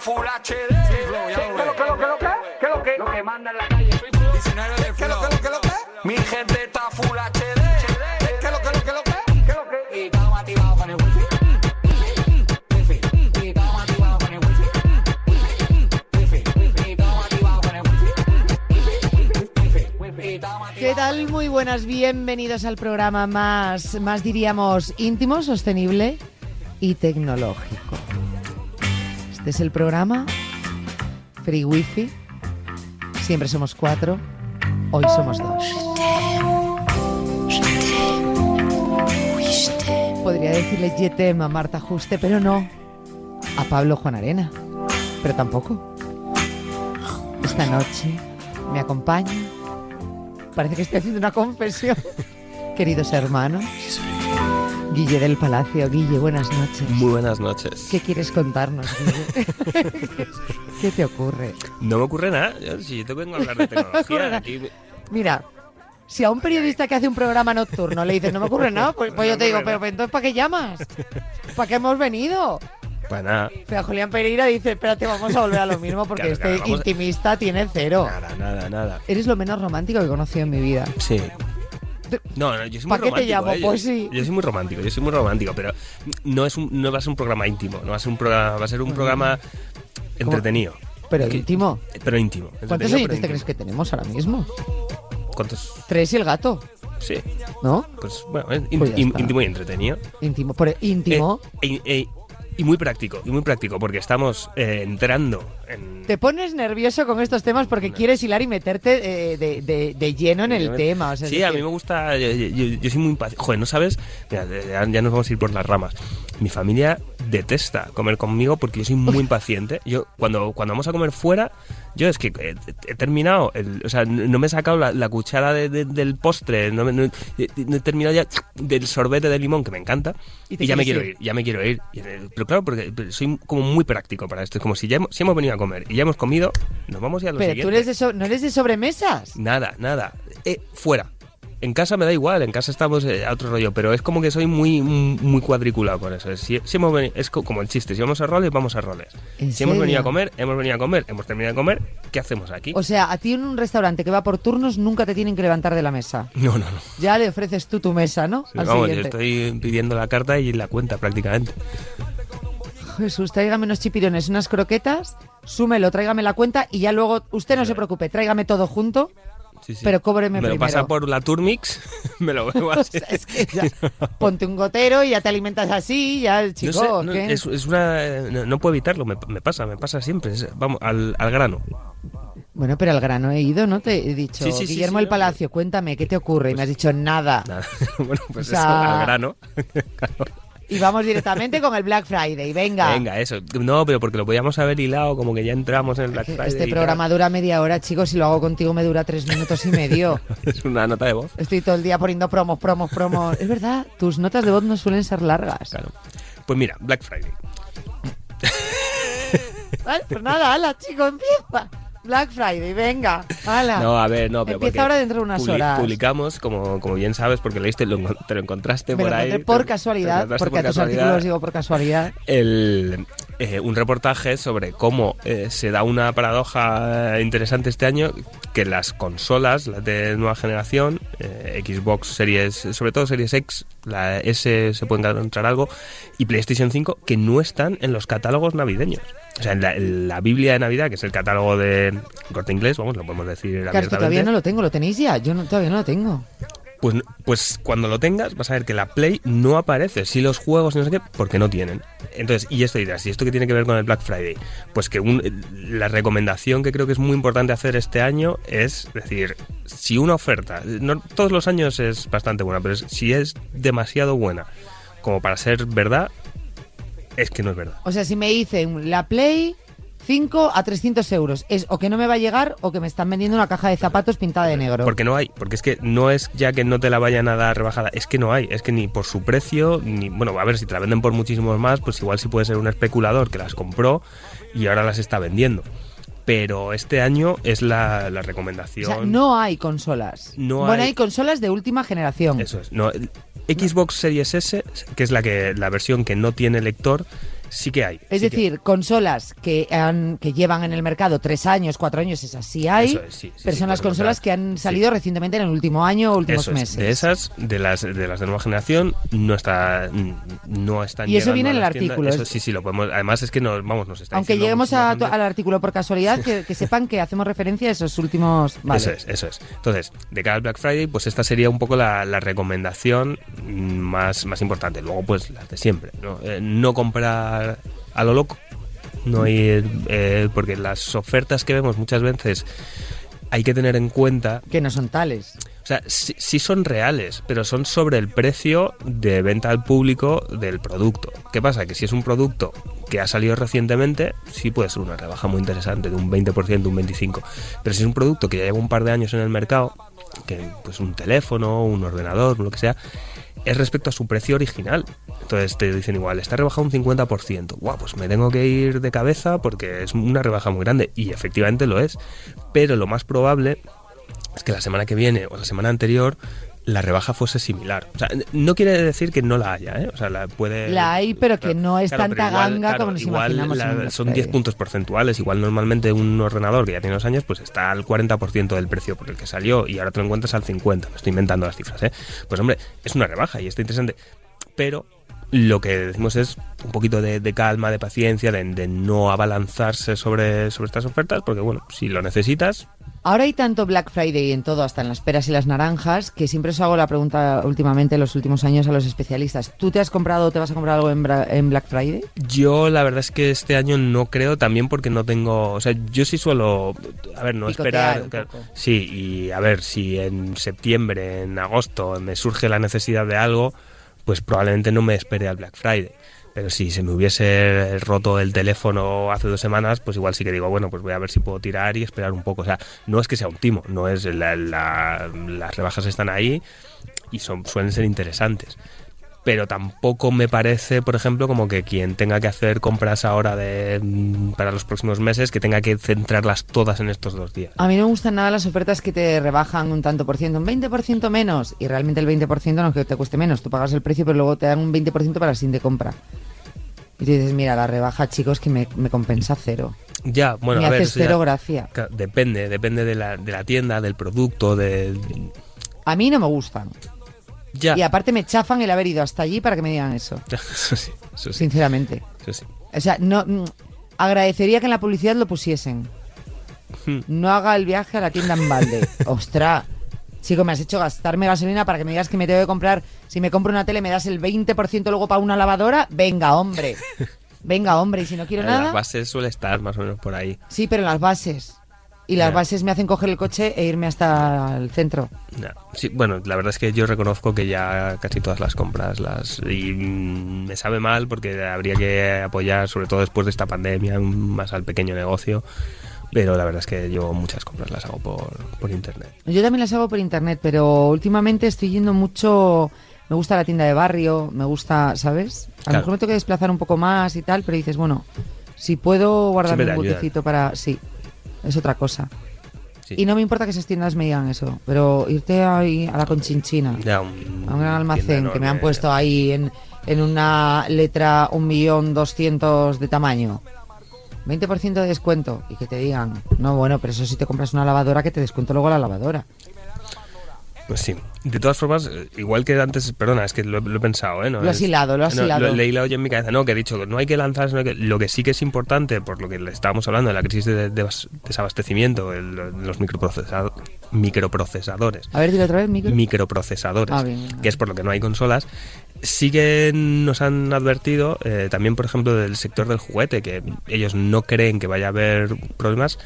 Full HD. ¿Qué lo que lo que? ¿Qué lo que? Lo que manda en la calle. 19 de ¿Qué lo que, lo que, lo que? Mi gente está Full HD. ¿Qué lo que, lo que, lo que? ¿Qué lo que? Y estamos activados con el wifi. Wifi. Y estamos activados con el wifi. Wifi. Y estamos activados con el wifi. Wifi. Y estamos activados. ¿Qué tal? Muy buenas, bienvenidos al programa más, más diríamos, íntimo, sostenible y tecnológico. Este es el programa Free Wifi. Siempre somos cuatro, hoy somos dos. Podría decirle Yetem a Marta Juste, pero no. A Pablo Juan Arena, pero tampoco. Esta noche me acompaña. Parece que estoy haciendo una confesión. Queridos hermanos, Guille del Palacio, Guille, buenas noches. Muy buenas noches. ¿Qué quieres contarnos, Guille? ¿Qué te ocurre? No me ocurre nada. Yo, si yo te vengo a hablar de tecnología, aquí me- Mira, si a un periodista que hace un programa nocturno le dices, no me ocurre nada, pues, pues yo te digo, pero pero entonces ¿para qué llamas? ¿Para qué hemos venido? para nada. Pero Julián Pereira dice, espérate, vamos a volver a lo mismo porque Claro, este claro, vamos a- intimista tiene cero. Nada, nada, nada. Eres lo menos romántico que he conocido en mi vida. Sí. No, no, yo soy muy ¿Para qué te romántico. llamo? eh, yo- Pues sí. Yo soy muy romántico, yo soy muy romántico, pero no es un, no va a ser un programa íntimo, no va a ser un programa, va a ser un programa entretenido. Mm. Pero Que- íntimo. Pero íntimo. ¿Cuántos entretenido, pero oyentes te crees íntimo. que tenemos ahora mismo? ¿Cuántos? Tres y el gato, Sí. ¿no? Pues bueno, es Pues ya ín- está. íntimo y entretenido. Íntimo. Por íntimo. Eh, eh, eh, y muy práctico, y muy práctico, porque estamos eh, entrando en... Te pones nervioso con estos temas porque quieres hilar y meterte eh, de, de- de lleno en el tema. o sea, es sí, a decir, mí me gusta. Yo, yo- yo soy muy impaciente. Joder, ¿no sabes? Mira, ya, ya nos vamos a ir por las ramas. Mi familia detesta comer conmigo porque yo soy muy impaciente. Yo, cuando, cuando vamos a comer fuera, yo es que eh, he, terminado. el- o sea, n- no me he sacado la, la cuchara de- de- del postre. No, me- no- eh, no he terminado ya del sorbete de limón, que me encanta. Y Y, te ya me quieres quiero ir, ya me quiero ir. Y, eh, Pero claro, porque soy como muy práctico para esto. Es como si ya hemos, si hemos venido a comer y ya hemos comido, nos vamos ya a lo Pero tú siguiente. eres de so- no eres de sobremesas. Nada, nada. Eh, fuera. En casa me da igual, en casa estamos eh, a otro rollo, pero es como que soy muy muy cuadriculado con eso. Si, si hemos veni- es co- como el chiste, si vamos a roles, vamos a roles. ¿En Si hemos serio? venido a comer, hemos venido a comer, hemos terminado de comer, ¿qué hacemos aquí? O sea, a ti en un restaurante que va por turnos nunca te tienen que levantar de la mesa. No, no, no. Ya le ofreces tú tu mesa, ¿no? Al Vamos, yo siguiente. estoy pidiendo la carta y la cuenta prácticamente. Jesús, tráigame unos chipirones, unas croquetas, súmelo, tráigame la cuenta y ya luego, usted no se preocupe, tráigame todo junto. Sí, sí. Pero cóbreme Me lo primero. pasa por la Turmix, me lo veo O así. sea, es que ya, ponte un gotero y ya te alimentas así, ya el No chico. sé, no, ¿qué? es, es una, eh, no, no puedo evitarlo, me, me pasa, me pasa siempre. es- vamos, al, al grano. Bueno, pero al grano he ido, ¿no? Te he dicho, Sí, sí, sí, Guillermo sí, el Palacio, cuéntame, ¿qué te ocurre? Y me has dicho nada. Nada. Bueno, pues O sea, eso, al grano. Y vamos directamente con el Black Friday, venga. Venga, eso. No, pero porque lo podíamos haber hilado, como que ya entramos en el Black Friday Este y programa dura media hora, chicos, si lo hago contigo me dura tres minutos y medio. tal. Es una nota de voz. Estoy todo el día poniendo promos, promos, promos. Es verdad, tus notas de voz no suelen ser largas. Claro. Pues mira, Black Friday. Vale, pues nada, ala, chico, empieza. Black Friday, venga, ala. No, a ver, no, Ah, pero Empieza porque ahora dentro de unas publi- horas. Publicamos, como, como bien sabes, porque leíste, lo encon- te lo encontraste Me por lo ahí. encontré te- por te casualidad, encontraste porque por a tus casualidad artículos digo por casualidad. el, eh, un reportaje sobre cómo eh, se da una paradoja eh, interesante este año, que las consolas, las de nueva generación, eh, Xbox Series, sobre todo Series X, la S se puede encontrar algo, y PlayStation 5, que no están en los catálogos navideños. O sea, en la, en la Biblia de Navidad, que es el catálogo de Corte Inglés, vamos, lo podemos decir Claro, es que abiertamente. todavía no lo tengo, ¿lo tenéis ya? Yo no, todavía no lo tengo. Pues, no- pues cuando lo tengas vas a ver que la Play no aparece, si los juegos y no sé qué, porque no tienen. Entonces, y esto dirás, ¿y esto qué tiene que ver con el Black Friday? Pues que un- la recomendación que creo que es muy importante hacer este año es decir, si una oferta, no, todos los años es bastante buena, pero es- si es demasiado buena como para ser verdad, es que no es verdad. O sea, si me dicen la Play 5 a 300 euros, es o que no me va a llegar o que me están vendiendo una caja de zapatos pintada de negro. Porque no hay, porque es que no es ya que no te la vayan a dar rebajada, es que no hay, es que ni por su precio, ni bueno, a ver, si te la venden por muchísimos más, pues igual sí puede ser un especulador que las compró y ahora las está vendiendo. Pero este año es la, la o recomendación. sea, no hay consolas. No bueno, hay- hay consolas de última generación. Eso es. No, el Xbox Series S, que es la que la versión que no tiene lector, sí que hay. Es sí que- decir, consolas que, han, que llevan en el mercado tres años, cuatro años, esas sí hay. Eso es, sí, sí, sí, pero son las claro, consolas claro. que han salido recientemente en el último año o últimos Eso es, meses. De esas, de las de las de nueva generación, no está no están Y eso llegando viene a en el las tiendas. artículo, Eso es- sí, sí, lo podemos. Además es que nos vamos, nos está Aunque diciendo lleguemos muchísima a- gente. al artículo por casualidad, que, que sepan que hacemos referencia a esos últimos. Vale. Eso es, eso es. Entonces, de cara al Black Friday, pues esta sería un poco la, la recomendación mm, más, más importante. Luego, pues las de siempre. No, Eh, no comprar a lo loco. No ir, eh, porque las ofertas que vemos muchas veces hay que tener en cuenta Que no son tales. o sea, sí, sí son reales, pero son sobre el precio de venta al público del producto. ¿Qué pasa? Que si es un producto que ha salido recientemente, sí puede ser una rebaja muy interesante de un 20%, un 25%. Pero si es un producto que ya lleva un par de años en el mercado, que pues un teléfono, un ordenador, lo que sea, es respecto a su precio original. Entonces te dicen igual, está rebajado un 50%. Guau, pues me tengo que ir de cabeza porque es una rebaja muy grande. Y efectivamente lo es. Pero lo más probable es que la semana que viene o la semana anterior la rebaja fuese similar. O sea, n- no quiere decir que no la haya, ¿eh? O sea, la puede... La hay, pero que no es tanta pero igual, ganga como nos igual imaginamos en un son Black 10 Friday. puntos porcentuales. Igual normalmente un ordenador que ya tiene unos años pues está al 40% del precio por el que salió y ahora te lo encuentras al 50%. Me estoy inventando las cifras, ¿eh? Pues hombre, es una rebaja y está interesante. Pero lo que decimos es un poquito de, de calma, de paciencia, de, de no abalanzarse sobre, sobre estas ofertas porque, bueno, si lo necesitas, Ahora hay tanto Black Friday en todo, hasta en las peras y las naranjas, que siempre os hago la pregunta últimamente en los últimos años a los especialistas. ¿Tú te has comprado o te vas a comprar algo en, Bra- en Black Friday? Yo la verdad es que este año no creo, también porque no tengo, o sea, yo sí suelo, a ver, no Picotear esperar, un claro, poco. sí, y a ver, si en septiembre, en agosto me surge la necesidad de algo, pues probablemente no me espere al Black Friday. Pero si se me hubiese roto el teléfono hace dos semanas, pues igual sí que digo, bueno, pues voy a ver si puedo tirar y esperar un poco. O sea, no es que sea un timo, no es la- la- las rebajas están ahí y son, suelen ser interesantes pero tampoco me parece, por ejemplo, como que quien tenga que hacer compras ahora de, mm, para los próximos meses, que tenga que centrarlas todas en estos dos días. A mí no me gustan nada las ofertas que te rebajan un tanto por ciento, un 20% menos. Y realmente el 20% no es que te cueste menos. Tú pagas el precio, pero luego te dan un 20% para el siguiente compra. Y tú dices, mira, la rebaja, chicos, que me, me compensa cero. Ya, bueno, me a ver, haces eso ya- cero gracia. Claro, depende, depende de la, de la tienda, del producto, de... A mí no me gustan. Ya. Y aparte me chafan el haber ido hasta allí para que me digan eso, Eso sí, eso sí, sinceramente. eso sí. O sea, no mm, agradecería que en la publicidad lo pusiesen. Hmm. No haga el viaje a la tienda en balde. Ostras, chico, me has hecho gastarme gasolina para que me digas que me tengo que comprar. Si me compro una tele, me das el 20% luego para una lavadora. Venga, hombre. Venga, hombre. Y si no quiero En nada. Las bases suele estar más o menos por ahí. Sí, pero las bases. Y las Ya. bases me hacen coger el coche e irme hasta el centro. Ya. Sí, bueno, la verdad es que yo reconozco que ya casi todas las compras las... Y mm, me sabe mal porque habría que apoyar, sobre todo después de esta pandemia, más al pequeño negocio. Pero la verdad es que yo muchas compras las hago por, por internet. Yo también las hago por internet, pero últimamente estoy yendo mucho. Me gusta la tienda de barrio, me gusta, ¿sabes? A Claro. lo mejor me tengo que desplazar un poco más y tal, pero dices, bueno, si puedo guardarme Siempre un te ayudan. botecito para. Sí, es otra cosa. Sí. Y no me importa que esas tiendas me digan eso, pero irte ahí a la conchinchina, Ya, un, a un gran almacén tienda que me han enorme. puesto ahí en, en una letra un millón doscientos de tamaño. 20% de descuento y que te digan, no, bueno, pero eso si te compras una lavadora que te descuento luego la lavadora. Pues sí. De todas formas, eh, igual que antes, perdona, es que lo, lo he pensado, ¿eh? No, Lo has es- hilado, lo has no, hilado. lo he hilado yo en mi cabeza. No, que he dicho, no hay que lanzarse. no hay que- Lo que sí que es importante, por lo que le estábamos hablando de la crisis de, de bas- desabastecimiento, el- los microprocesa- microprocesadores. A ver, dilo otra vez, micro. microprocesadores, Ah, bien, bien. que es por lo que no hay consolas, sí que nos han advertido eh, también, por ejemplo, del sector del juguete, que ellos no creen que vaya a haber problemas,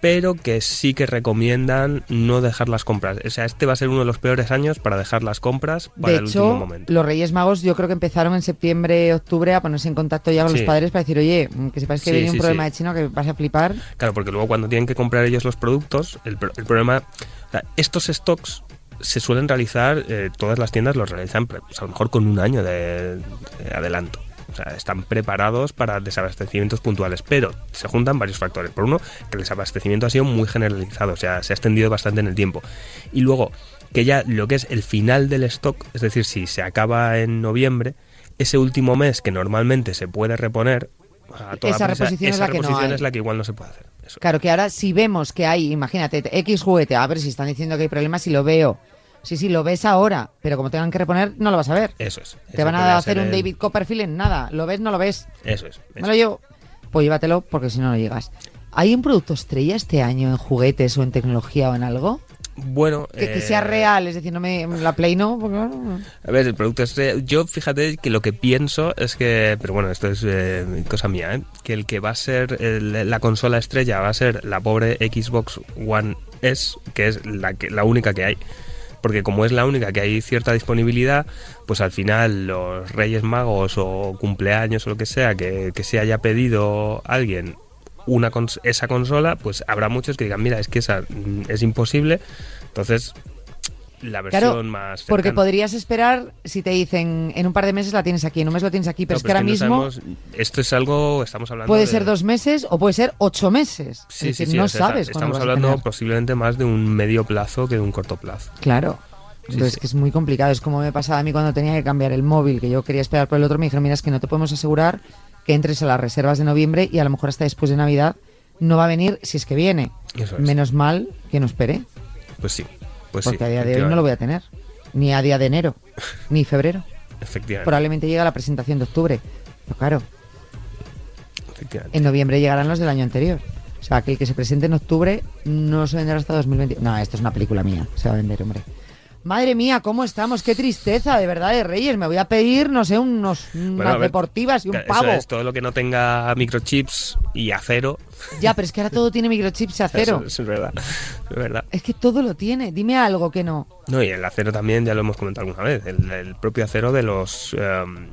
pero que sí que recomiendan no dejar las compras. O sea, este va a ser uno de los peores años para dejar las compras para de el hecho, último momento. los Reyes Magos yo creo que empezaron en septiembre, octubre a ponerse en contacto ya con Sí. los padres para decir, oye, mm, que sepáis que Sí, viene un sí, problema sí. de chino que vas a flipar. Claro, porque luego cuando tienen que comprar ellos los productos, el, pro- el problema. o sea, estos stocks se suelen realizar, eh, todas las tiendas los realizan pre- pues, a lo mejor con un año de, de adelanto. O sea, están preparados para desabastecimientos puntuales, pero se juntan varios factores. Por uno, que el desabastecimiento ha sido muy generalizado, o sea, se ha extendido bastante en el tiempo. Y luego, que ya lo que es el final del stock, es decir, si se acaba en noviembre, ese último mes que normalmente se puede reponer, a toda Esa prisa, reposición es esa la que no reposición hay. es la que igual no se puede hacer. Eso. Claro, que ahora si vemos que hay, imagínate, X juguete, a ver si están diciendo que hay problemas, si lo veo. Sí, sí, lo ves ahora, pero como tengan que reponer, no lo vas a ver. Eso es. Te Eh, Eso van a podría hacer ser un el- David Copperfield en nada. ¿Lo ves? No lo ves. Eso es. Me eso lo llevo. Pues llévatelo porque si no, no llegas. ¿Hay un producto estrella este año en juguetes o en tecnología o en algo? es. Bueno. Que, que eh, sea real, es decir, no me la Play no, porque claro, no. A ver, el producto este. Yo fíjate que lo que pienso es que. Pero bueno, esto es eh, cosa mía, ¿eh? Que el que va a ser el- la consola estrella va a ser la pobre Xbox One S, que es la, que, la única que hay. Porque como es la única que hay cierta disponibilidad, pues al final los Reyes Magos o cumpleaños o lo que sea que, que se haya pedido alguien una cons- esa consola, pues habrá muchos que digan, mira, es que esa mm, es imposible. Entonces, la versión Claro, más... porque cercana. podrías esperar si te dicen en un par de meses la tienes aquí, en un mes lo tienes aquí, pero No, es que ahora no mismo sabemos- esto es algo, estamos hablando. puede de- ser dos meses o puede ser ocho meses. Sí, es sí, decir, sí, no o sea, está- sabes cuándo Estamos vas a hablando pues- tener. posiblemente más de un medio plazo que de un corto plazo. Claro. Sí, Entonces sí. que es muy complicado, es como me pasaba a mí cuando tenía que cambiar el móvil, que yo quería esperar por el otro, me dijeron, mira, es que no te podemos asegurar que entres a las reservas de noviembre y a lo mejor hasta después de Navidad no va a venir si es que viene. Eso es. Menos mal que no esperé, Pues sí. Pues porque sí, a día de hoy no lo voy a tener, ni a día de enero, ni febrero. Efectivamente. Probablemente llegue a la presentación de octubre, pero claro, efectivamente. en noviembre llegarán los del año anterior. O sea, que el que se presente en octubre no se venderá hasta 2020. No, esto es una película mía. Se va a vender, hombre. Madre mía, ¿cómo estamos? Qué tristeza, de verdad, de Reyes. Me voy a pedir, no sé, unos, Bueno, a unas ver, deportivas y un eso pavo. es, todo lo que no tenga microchips y acero. Ya, pero es que ahora todo tiene microchips y acero. Eso es verdad. Es verdad. Es que todo lo tiene. Dime algo que no. No, y el acero también, ya lo hemos comentado alguna vez. El, el propio acero de los. em,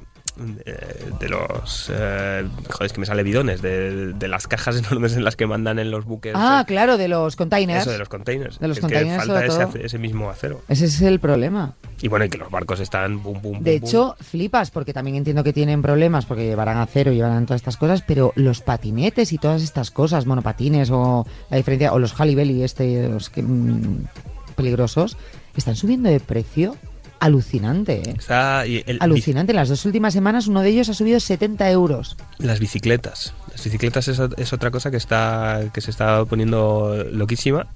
eh, de los. eh, joder, es que me sale bidones. De, de las cajas enormes en las que mandan en los buques. Ah, eh, claro, de los containers. Eso de los containers. De los Es containers, que falta sobre ese, todo. ace- ese mismo acero. Ese es el problema. Y bueno, y que los barcos están bum, bum, bum, De bum. hecho, flipas, porque también entiendo que tienen problemas, porque llevarán acero, llevarán todas estas cosas, pero los patinetes y todas estas cosas, monopatines o la diferencia, o los Halibelli, este, los que, mm, peligrosos, están subiendo de precio alucinante. ¿eh? Está- y el- Alucinante. En las dos últimas semanas uno de ellos ha subido 70 euros. Las bicicletas. Las bicicletas es, es otra cosa que está que se está poniendo loquísima.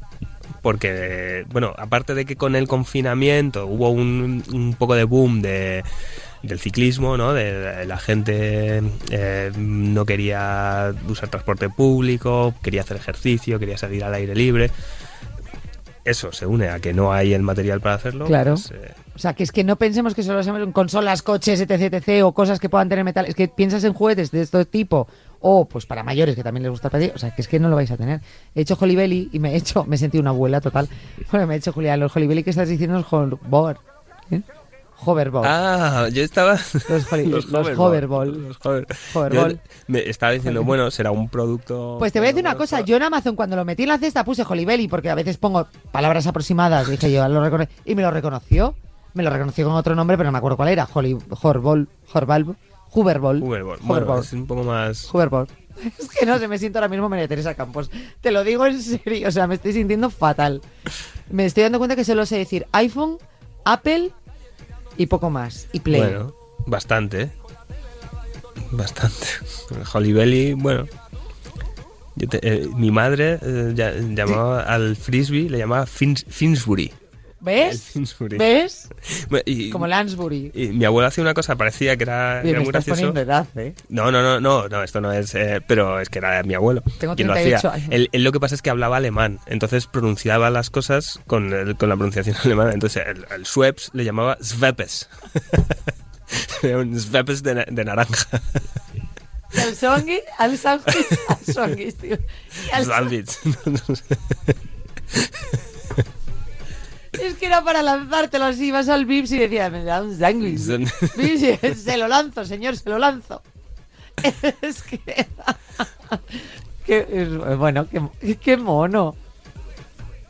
Porque, bueno, aparte de que con el confinamiento hubo un, un poco de boom de, del ciclismo, ¿no? De, de la gente eh, no quería usar transporte público, quería hacer ejercicio, quería salir al aire libre. Eso se une a que no hay el material para hacerlo. Claro. pues, eh, O sea, que es que no pensemos que solo sean consolas, coches, etc, etc, o cosas que puedan tener metal. Es que piensas en juguetes de este tipo, o pues para mayores que también les gusta pedir. O sea, que es que no lo vais a tener. He hecho Holy Belly y me he hecho, me sentí una abuela total. Bueno, me he hecho, Julián, los Holy Belly que estás diciendo es hoverboard. ¿eh? Hoverboard. Ah, yo estaba. Los holi- los hoverball. Los hover- Hoverball. Yo me estaba diciendo, bueno, será un producto. Pues te voy a decir bueno, una bueno, cosa, yo en Amazon cuando lo metí en la cesta puse Holy Belly porque a veces pongo palabras aproximadas, dije yo, lo recono- y me lo reconoció, me lo reconoció con otro nombre, pero no me acuerdo cuál era, Holy Horbol, Horval, Hooverball, Hoverball. Bueno, Hoverball. es un poco más. Hoverboard. Es que no sé, me siento ahora mismo María Teresa Campos. Te lo digo en serio, o sea, me estoy sintiendo fatal. Me estoy dando cuenta que solo sé decir iPhone, Apple y poco más. Y Play. Bueno, bastante. ¿eh? Bastante. El Holy Belly, bueno. Yo te- eh, mi madre eh, ya- llamaba al frisbee, le llamaba Fins- Finsbury. El ¿Ves? Finsbury. ¿Ves? Bueno, y- Como Lansbury. y mi abuela hacía una cosa parecía que era, Oye, era me muy estás gracioso. poniendo edad, ¿eh? No, no, no, no, no, esto no es. eh, pero es que era mi abuelo. Tengo quien lo 38 hacía. años. Él, él lo que pasa es que hablaba alemán, entonces pronunciaba las cosas con, el- con la pronunciación alemana. Entonces el, el Schweppes le llamaba Svepes. Era un Schweppes de, na- de naranja. Al Songi, al Songi, al Songi, tío. Y al- Sandwich. es que era para lanzártelo así, vas al Vips y decías, me da un sándwich. Son- Vips, y- se lo lanzo, señor, se lo lanzo. Es que... que es- bueno, qué, qué mono.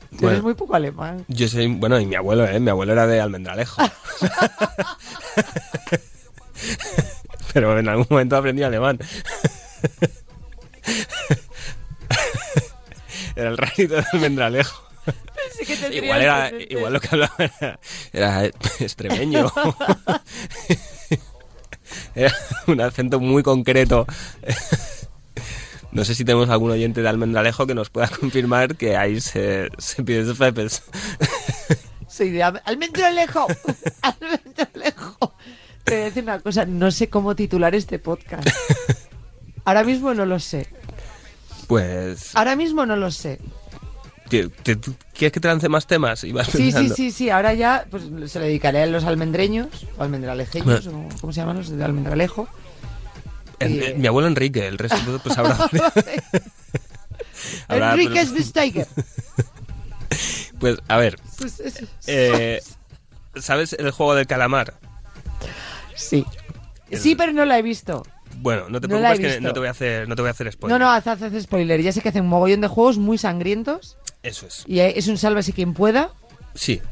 Tú eres Bueno. muy poco alemán. Yo soy. Bueno, y mi abuelo, ¿eh? Mi abuelo era de Almendralejo. Pero en algún momento aprendí alemán. Era el rarito de Almendralejo. Pensé que tendrías Igual, era, descendencia. igual lo que hablaba era, era extremeño. Era un acento muy concreto. No sé si tenemos algún oyente de Almendralejo que nos pueda confirmar que ahí se, se pide esos pepes. Soy de Al- Almendralejo. Almendralejo. Te voy a decir una cosa, no sé cómo titular este podcast. Ahora mismo no lo sé. Pues, Ahora mismo no lo sé. tío, ¿te- tú ¿quieres que te lance más temas? Y vas Sí, sí, pensando. sí, sí. Ahora ya pues, se lo dedicaré a los almendreños, o almendralejeños, o como se llaman los de almendralejo. En- Eh. Mi abuelo Enrique, el resto pues habrá... habrá- Enrique es this tiger. Pues, a ver, Pues, es- eh, ¿sabes el juego del calamar? sí. Sí, pero no la he visto. Bueno, no te No la he preocupes que visto. no te voy a hacer, no te voy a hacer No, spoiler. no, haz, haz, haz spoiler. Ya sé que hacen un mogollón de juegos muy sangrientos Eso es. y eh, es un sálvese quien pueda Sí. de,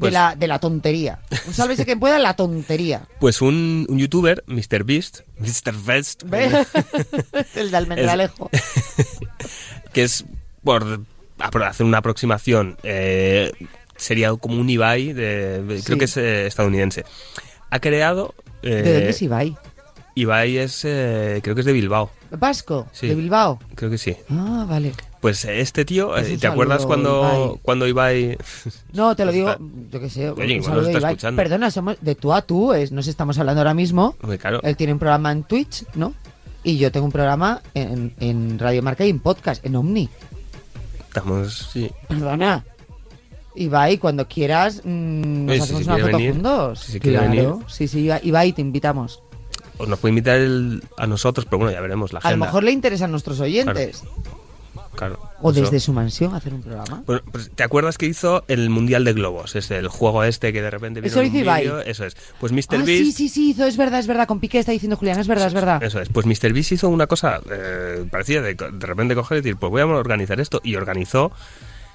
Pues, la, de la tontería. Un sálvese quien pueda de la tontería. pues un, un youtuber, Mr. Beast, Mr. Beast, ¿Ves? El de almendralejo. que es por, ah, por hacer una aproximación, eh, sería como un Ibai, de, de- creo Sí. que es eh, estadounidense. Ha creado... eh, ¿De dónde es Ibai? Ibai es, eh, creo que es de Bilbao, Vasco, sí. de Bilbao. creo que sí. Ah, vale. Pues eh, este tío, Es eh, un ¿te acuerdas saludo, Ibai. cuando, cuando Ibai... No, te lo digo, Está- yo qué sé. Oye, un igual saludo nos de está Ibai. escuchando. Perdona, somos de tú a tú, es, nos estamos hablando ahora mismo. Hombre, claro. Él tiene un programa en Twitch, ¿no? Y yo tengo un programa en, en Radio Marca y en podcast, en Omni. Estamos, sí. Perdona. Ibai, cuando quieras, mm, nos Oye, si hacemos se una quiere foto venir, juntos. si se quiere Claro. venir. Sí, sí, Ibai- Ibai, te invitamos. Os nos puede invitar el- a nosotros, pero bueno, ya veremos la A lo agenda. mejor le interesan nuestros oyentes. Claro. O Eso. desde su mansión hacer un programa. Bueno, pues, ¿te acuerdas que hizo el Mundial de Globos? Es el juego este que de repente Eso vino lo un hizo Ibai. vídeo. Eso es. Pues Mr. Ah, Beast... sí, sí, sí, hizo, es verdad, es verdad. Con Piqué está diciendo Julián, es verdad, es verdad. Eso es. Pues Mr. Beast hizo una cosa eh, parecida de, co- de repente coger y decir, pues voy a organizar esto. Y organizó,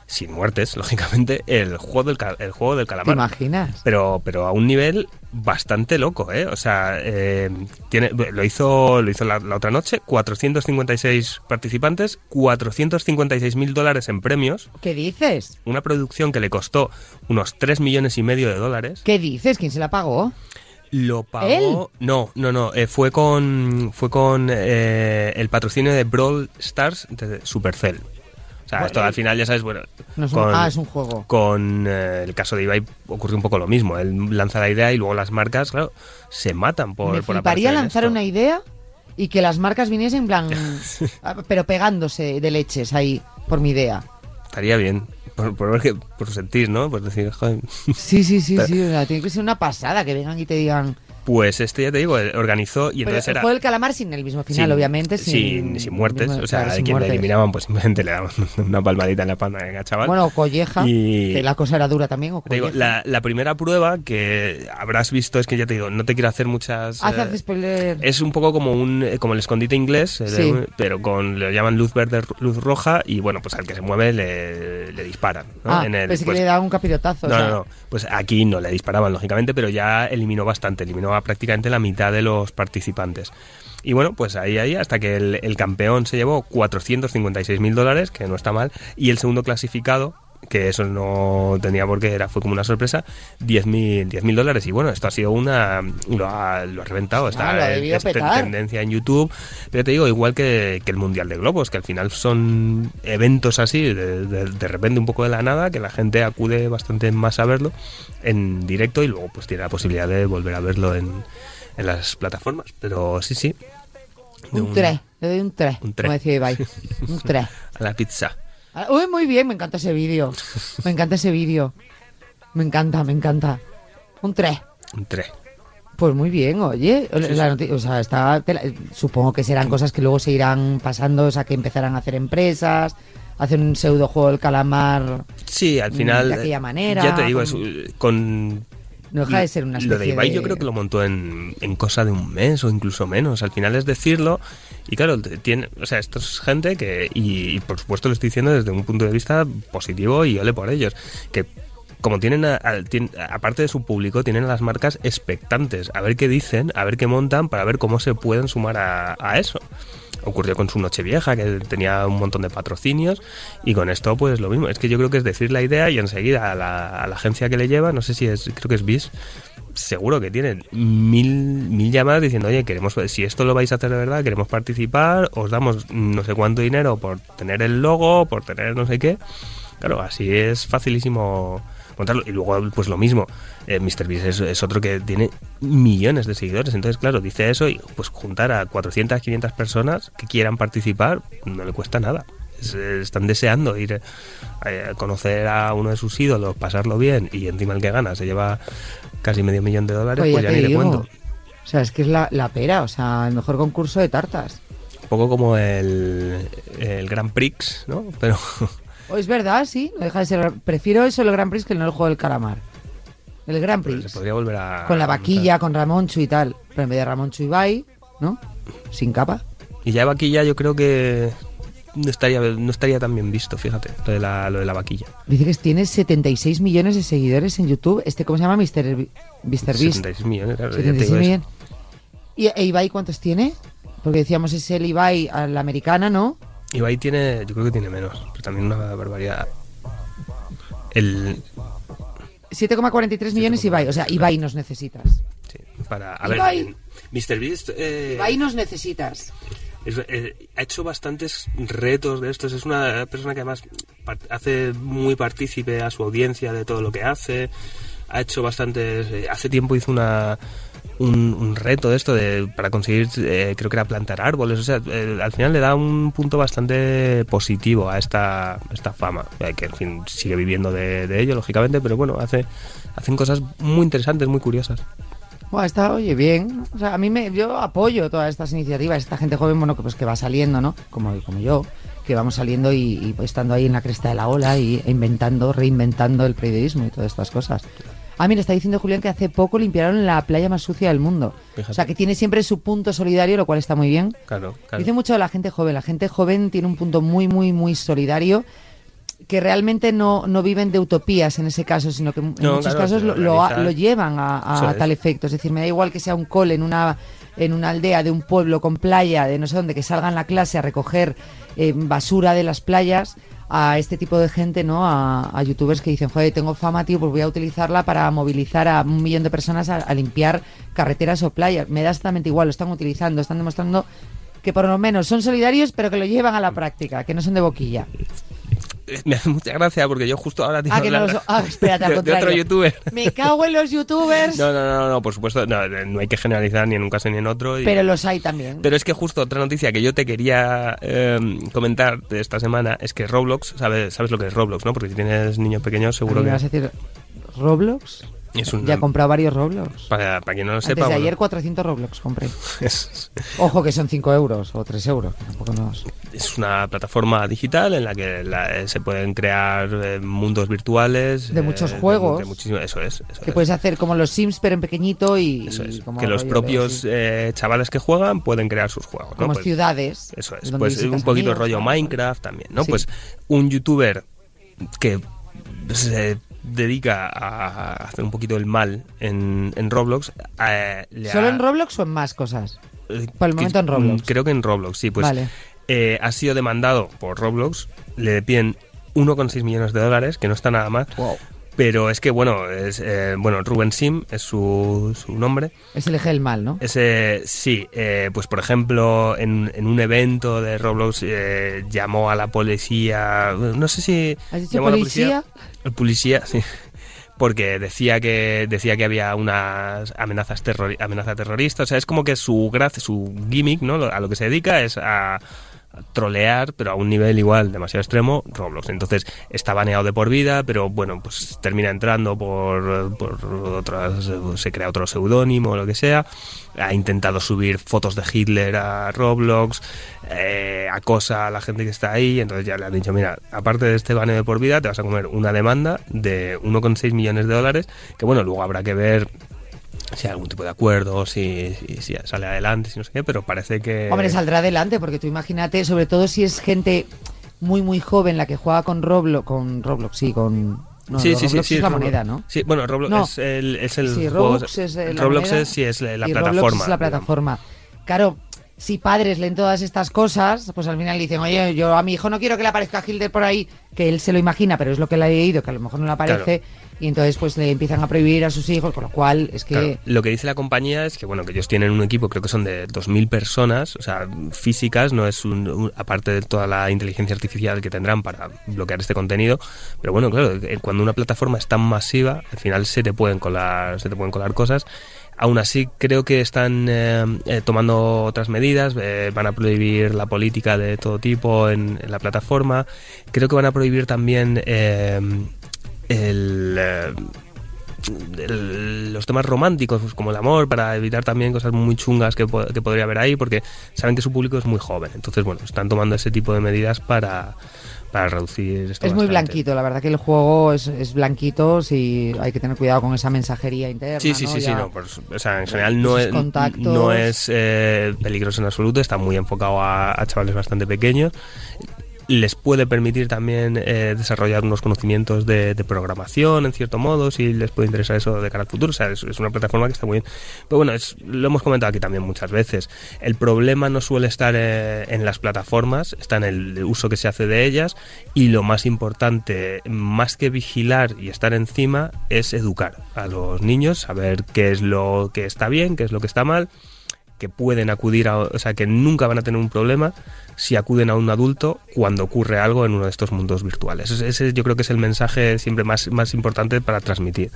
sin muertes, lógicamente, el juego del, ca- el juego del ¿Te calamar. imaginas? pero pero a un nivel bastante loco eh o sea eh, tiene lo hizo lo hizo la, la otra noche 456 participantes 456 mil dólares en premios ¿Qué dices? una producción que le costó unos 3 millones y medio de dólares ¿Qué dices? ¿Quién se la pagó? lo pagó no no no eh, fue con fue con eh, el patrocinio de Brawl Stars de Supercell o sea, esto al final ya sabes, bueno... No es un- con- ah, es un juego. con eh, el caso de Ibai ocurrió un poco lo mismo. Él lanza la idea y luego las marcas, claro, se matan por... Me por fliparía aparecer en lanzar esto. una idea y que las marcas viniesen en plan... ah, pero pegándose de leches ahí por mi idea. Estaría bien, por, por, ver que- por sentir, ¿no? Por decir, joder. Sí, sí, sí, sí. O sea, tiene que ser una pasada que vengan y te digan... Pues este, ya te digo, eh, organizó y Pero entonces el era... juego del calamar sin el mismo final, sin- obviamente. Sin, Sin, sin muertes, mismo- o sea, claro, a sin quien le muertes. eliminaban, pues simplemente le daban una palmadita en la pana, venga, chaval. Bueno, o colleja, Y- que la cosa era dura también, o Te digo, colleja. la, la primera prueba que habrás visto es que ya te digo, no te quiero hacer muchas... Haz, eh, haz spoiler. Es un poco como un eh, como el escondite inglés, eh, de Sí. un- pero con lo llaman luz verde, luz roja y bueno, pues al que se mueve le, le disparan. ¿no? ah, En el- pensé pues- que le daba un capirotazo. o no, sea, no, no. Pues aquí no le disparaban, lógicamente, pero ya eliminó bastante, eliminó a prácticamente la mitad de los participantes. Y bueno, pues ahí, ahí, hasta que el, el campeón se llevó 456 mil dólares, que no está mal, y el segundo clasificado, que eso no tenía por qué, era, fue como una sorpresa, 10 mil dólares. Y bueno, esto ha sido una... lo ha, lo ha reventado, Ah, lo ha está en debido petar. tendencia en YouTube, pero te digo, igual que, que el Mundial de Globos, que al final son eventos así, de, de- de repente un poco de la nada, que la gente acude bastante más a verlo en directo y luego pues tiene la posibilidad de volver a verlo en, en las plataformas. Pero sí, sí. de Un 3, le doy un 3, un tres. como decía Ibai. Un 3. A la pizza. Ah, Uy, muy bien, me encanta ese vídeo. Me encanta ese vídeo. Me encanta, me encanta. Un 3. Un 3. Pues muy bien, oye. La noti- o sea, está, te la- supongo que serán cosas que luego se irán pasando, o sea, que empezarán a hacer empresas, hacer un pseudo juego del calamar. Sí, al Mm, final. de aquella manera, Ya te digo, con- es, con. No deja de ser una especie Lo de Ibai yo de- creo que lo montó en, en cosa de un mes o incluso menos. Al final es decirlo. Y claro, te- tiene, o sea, esto es gente que. Y, y por supuesto lo estoy diciendo desde un punto de vista positivo y ole por ellos. Que. Como tienen, a- al- tien- aparte de su público, tienen a las marcas expectantes a ver qué dicen, a ver qué montan, para ver cómo se pueden sumar a, a eso. Ocurrió con su Nochevieja, que tenía un montón de patrocinios, y con esto, pues lo mismo. Es que yo creo que es decir la idea y enseguida a la, a la agencia que le lleva, no sé si es, creo que es BIS, seguro que tienen mil, mil llamadas diciendo, oye, queremos, si esto lo vais a hacer de verdad, queremos participar, os damos no sé cuánto dinero por tener el logo, por tener no sé qué. Claro, así es facilísimo montarlo. Y luego, pues lo mismo, eh, MrBeast es, es otro que tiene millones de seguidores. Entonces, claro, dice eso y pues juntar a 400, 500 personas que quieran participar no le cuesta nada. Es- están deseando ir eh, a conocer a uno de sus ídolos, pasarlo bien y encima el que gana se lleva casi medio millón de dólares, pues, Oye, ya, te ni le digo. cuento. O sea, es que es la, la pera, o sea, el mejor concurso de tartas. Un poco como el, el Grand Prix, ¿no? Pero O es verdad, sí, no deja de ser. Prefiero eso el Gran Prix que no el juego del calamar. El Gran pero se Prix. pues, podría volver a... Con la vaquilla, con Ramonchu y tal. Pero en vez de Ramonchu y Bai, ¿no? Sin capa. Y ya vaquilla yo creo que no estaría, no estaría tan bien visto, fíjate, lo de la, lo de la vaquilla. Dice que tiene 76 millones de seguidores en YouTube. Este, ¿cómo se llama? Mr. Bi- Mr. Beast. 76 millones, claro, ya te digo 76 eso. millones. ¿Y e Ibai cuántos tiene? Porque decíamos es el Ibai a la americana, ¿no? Ibai tiene, yo creo que tiene menos, pero también una barbaridad. El... 7,43 millones Ibai. O sea, Ibai nos necesitas. Sí, para... A ver, Ibai. Mr. Beast... eh, Ibai nos necesitas. Es- eh, ha hecho bastantes retos de estos. Es una persona que además par- hace muy partícipe a su audiencia de todo lo que hace. Ha hecho bastantes. eh, hace tiempo hizo una. Un, un reto de esto de, para conseguir, eh, creo que era plantar árboles. O sea, eh, al final le da un punto bastante positivo a esta, esta fama. eh, que en fin sigue viviendo de, de ello, lógicamente, pero bueno, hace hacen cosas muy interesantes, muy curiosas. Bueno, está, oye, bien. O sea, a mí me, yo apoyo todas estas iniciativas, esta gente joven, bueno, que pues que va saliendo, ¿no? Como, como yo, que vamos saliendo y, y, pues, estando ahí en la cresta de la ola y e inventando, reinventando el periodismo y todas estas cosas. Ah, mira, está diciendo Julián que hace poco limpiaron la playa más sucia del mundo. Fíjate. O sea, que tiene siempre su punto solidario, lo cual está muy bien. Claro, claro. Dice mucho de la gente joven. La gente joven tiene un punto muy, muy, muy solidario que realmente no, no viven de utopías en ese caso, sino que en No, muchos claro, casos se lo, lo- organizan. lo llevan a, a Eso es. tal efecto. Es decir, me da igual que sea un cole en una, en una aldea de un pueblo con playa, de no sé dónde, que salgan la clase a recoger eh, basura de las playas a este tipo de gente, ¿no? A, a youtubers que dicen, joder, tengo fama, tío, pues voy a utilizarla para movilizar a un millón de personas a, a limpiar carreteras o playas. Me da exactamente igual, lo están utilizando, están demostrando que por lo menos son solidarios, pero que lo llevan a la práctica, que no son de boquilla. Me hace mucha gracia porque yo justo ahora tengo Ah, que no lo son. Ah, espérate, al de, de contrario. otro youtuber. Me cago en los youtubers, No, no, no, no, por supuesto, no, no hay que generalizar ni en un caso ni en otro. y- pero los hay también. Pero es que justo otra noticia que yo te quería eh, comentar de esta semana es que Roblox, ¿sabes, sabes lo que es Roblox, ¿no? Porque si tienes niños pequeños seguro ¿Me que vas a decir Roblox? es un... Ya he comprado varios Roblox. Para, para quien no lo Antes sepa, de bueno, ayer 400 Roblox compré. es, Ojo que son 5 euros o 3 euros. que Tampoco nos... es una plataforma digital en la que la- eh, se pueden crear eh, mundos virtuales. De eh, muchos juegos. de muchísimo- eso es. Eso Que es. puedes hacer como los Sims, pero en pequeñito y... Eso es, y como que los rollo de- propios sí. eh, chavales que juegan pueden crear sus juegos. ¿no? Como Pues- ciudades. Eso es, donde pues visitas un poquito amigos, rollo tal, Minecraft también, ¿no? Sí. Pues un youtuber que se dedica a hacer un poquito el mal en, en Roblox. eh, le ¿Solo ha- en Roblox o en más cosas? eh, Por el momento en Roblox. Creo que en Roblox, sí, pues Vale. eh, ha sido demandado por Roblox, le piden 1,6 millones de dólares, que no está nada mal. Wow. Pero es que, bueno, es, eh, bueno Ruben Sim es su, su nombre. Es el eje del mal, Eh, ¿no? Ese, sí, eh, pues por ejemplo, en, en un evento de Roblox eh, llamó a la policía. No sé si. ¿Has dicho llamó a la El policía, sí. Porque decía que, decía que había unas amenazas terrori amenaza terrorista. O sea, es como que su gracia, su gimmick, ¿no? Lo- A lo que se dedica es a trolear, pero a un nivel igual demasiado extremo, Roblox. Entonces está baneado de por vida, pero bueno, pues termina entrando por, por otras, se crea otro seudónimo o lo que sea. Ha intentado subir fotos de Hitler a Roblox, eh, acosa a la gente que está ahí, entonces ya le han dicho, mira, aparte de este baneo de por vida, te vas a comer una demanda de 1,6 millones de dólares, que bueno, luego habrá que ver si hay algún tipo de acuerdo, si, si- si sale adelante, si no sé qué, pero parece que... Hombre, saldrá adelante, porque tú imagínate, sobre todo si es gente muy, muy joven la que juega con Roblox, con Roblox, sí, con... No, sí, lo sí, sí, Roblox sí, es la Roblox. moneda, ¿no? Sí, bueno, Roblox No. es el, es el Sí, juego- Roblox es eh, la Roblox moneda es, sí, es la, la y Roblox plataforma. es la digamos. plataforma. Claro, si padres leen todas estas cosas, pues al final dicen, oye, yo a mi hijo no quiero que le aparezca Hilder por ahí, que él se lo imagina, pero es lo que le ha leído, que a lo mejor no le aparece, y entonces pues le empiezan a prohibir a sus hijos, con lo cual es que... Claro, lo que dice la compañía es que bueno que ellos tienen un equipo, creo que son de 2.000 personas, o sea, físicas, no es un, un- aparte de toda la inteligencia artificial que tendrán para bloquear este contenido, pero bueno, claro, eh, cuando una plataforma es tan masiva, al final se te pueden colar, se te pueden colar cosas. Aún así, creo que están eh, eh, tomando otras medidas. eh, van a prohibir la política de todo tipo en, en la plataforma. Creo que van a prohibir también eh, el, eh, el- los temas románticos, pues, como el amor, para evitar también cosas muy chungas que, po- que podría haber ahí, porque saben que su público es muy joven. Entonces, bueno, están tomando ese tipo de medidas para, para reducir esto. Es muy bastante. blanquito, la verdad que el juego es, es blanquito, si hay que tener cuidado con esa mensajería interna. Sí, sí, ¿no? sí, sí, Ya. no, por su- o sea, en general no Sus es, contactos. no es eh, peligroso en absoluto, está muy enfocado a, a chavales bastante pequeños. Les puede permitir también eh, desarrollar unos conocimientos de, de programación, en cierto modo, si les puede interesar eso de cara al futuro. O sea, es, es una plataforma que está muy bien. Pero bueno, es- lo hemos comentado aquí también muchas veces. El problema no suele estar eh, en las plataformas, está en el uso que se hace de ellas. Y lo más importante, más que vigilar y estar encima, es educar a los niños, saber qué es lo que está bien, qué es lo que está mal que pueden acudir a, o sea, que nunca van a tener un problema si acuden a un adulto cuando ocurre algo en uno de estos mundos virtuales. Ese, ese yo creo que es el mensaje siempre más, más importante para transmitir.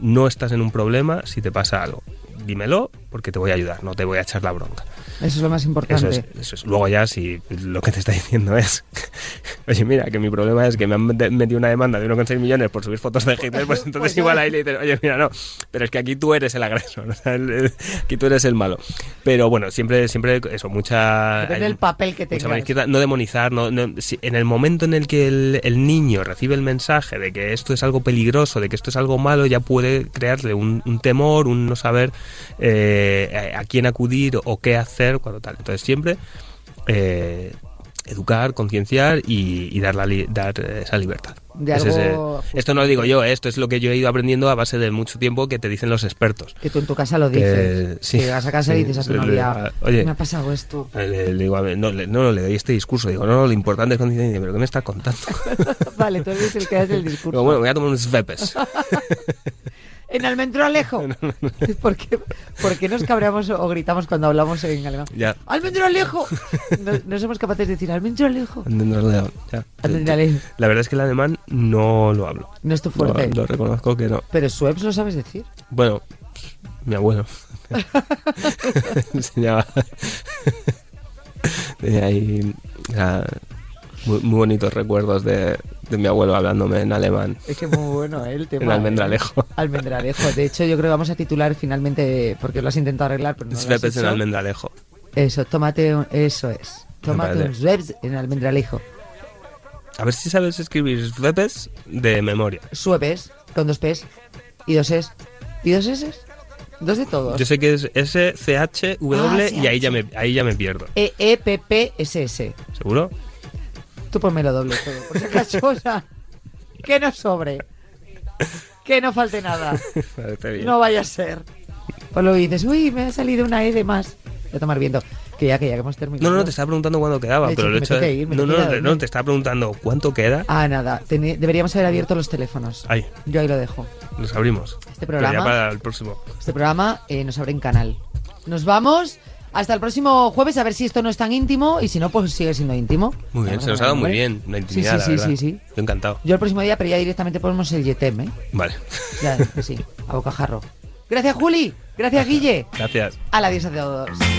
No estás en un problema si te pasa algo. Dímelo porque te voy a ayudar, no te voy a echar la bronca. Eso es lo más Eso importante. es, eso es. Luego ya si lo que te está diciendo es, oye mira, que mi problema es que me han met- metido una demanda de 1,6 millones por subir fotos de Hitler, pues entonces igual ahí le dices, oye mira, no, pero es que aquí tú eres el agresor, o sea, el- el- aquí tú eres el malo. Pero bueno, siempre, siempre eso, mucha... Depende hay del papel que mucha tengas. mano izquierda, no demonizar, no, no- si- en el momento en el que el, el niño recibe el mensaje de que esto es algo peligroso, de que esto es algo malo, ya puede crearle un, un temor, un no saber eh, a a quién acudir o qué hacer cuando tal. Entonces siempre eh, educar, concienciar y, y dar, la li- dar eh, esa libertad. De Ese es, algo- eh, esto no lo digo yo, eh, esto es lo que yo he ido aprendiendo a base de mucho tiempo que te dicen los expertos. Que tú en tu casa lo Que- dices. sí, que llegas a casa y sí, dices a tu le- novia, le- oye. me ha pasado esto. Eh, Le, le digo, a ver, no, le, no, no, le doy este discurso. Digo, no, no, lo importante es conciencia. Dice, ¿Pero qué me está contando? vale, tú eres el que hace el discurso. Digo, bueno, voy a tomar unos vepes. En Almendralejo. ¿Por qué, por qué nos cabreamos o gritamos cuando hablamos en alemán? Ya. ¡Almendralejo! No, no somos capaces de decir almendralejo. Andendroleo, ya. Andendroleo. La verdad es que el alemán no lo hablo. No es tu No, fuerte. lo reconozco que no. Pero Suebs lo sabes decir. Bueno, pues, mi abuelo. Enseñaba. Tenía ahí. o sea, muy, muy bonitos recuerdos de, de mi abuelo hablándome en alemán. Es que muy bueno ¿eh? el tema. El ¿eh? almendralejo. Almendralejo. De hecho, yo creo que vamos a titular finalmente, porque lo has intentado arreglar, pero no lo has Vepes en hecho. almendalejo. Eso, tómate un- Eso es. Tómate parece. un Suebs en Almendralejo. A ver si sabes escribir Vepes de memoria. Suebes, con dos P's y dos S's. ¿Y dos S's? Dos de todos. Yo sé que es S, C, H, W Ah, y ahí ya, me, ahí ya me pierdo. E E P P S S. ¿Seguro? Tú ponmelo doble todo, por si acaso. o sea, que no sobre. Que no falte nada. Parece bien. No vaya a ser. Por lo que dices, uy, me ha salido una E de más. Voy a tomar viento. Que ya, que ya que hemos terminado. No, no, no, te estaba preguntando cuándo quedaba, De hecho, pero lo he me hecho. tengo que ir, me no, tengo no, que ir a te- no, dormir. te estaba preguntando cuánto queda. Ah, nada. teni- Deberíamos haber abierto los teléfonos. Ay, Yo ahí lo dejo. los abrimos. Este Pero programa- ya para el próximo. Este programa eh, nos abre en canal. Nos vamos. Hasta el próximo jueves, a ver si esto no es tan íntimo y si no, pues sigue siendo íntimo. Muy bien, Vamos se a nos ha dado muy poner- bien la intimidad, sí, la sí, verdad. sí, sí. Yo encantado. Yo el próximo día, pero ya directamente ponemos el Yetem, ¿eh? Vale, pues Ya, sí, a bocajarro. Gracias, Juli. Gracias, Guille. gracias. A la diosa de todos.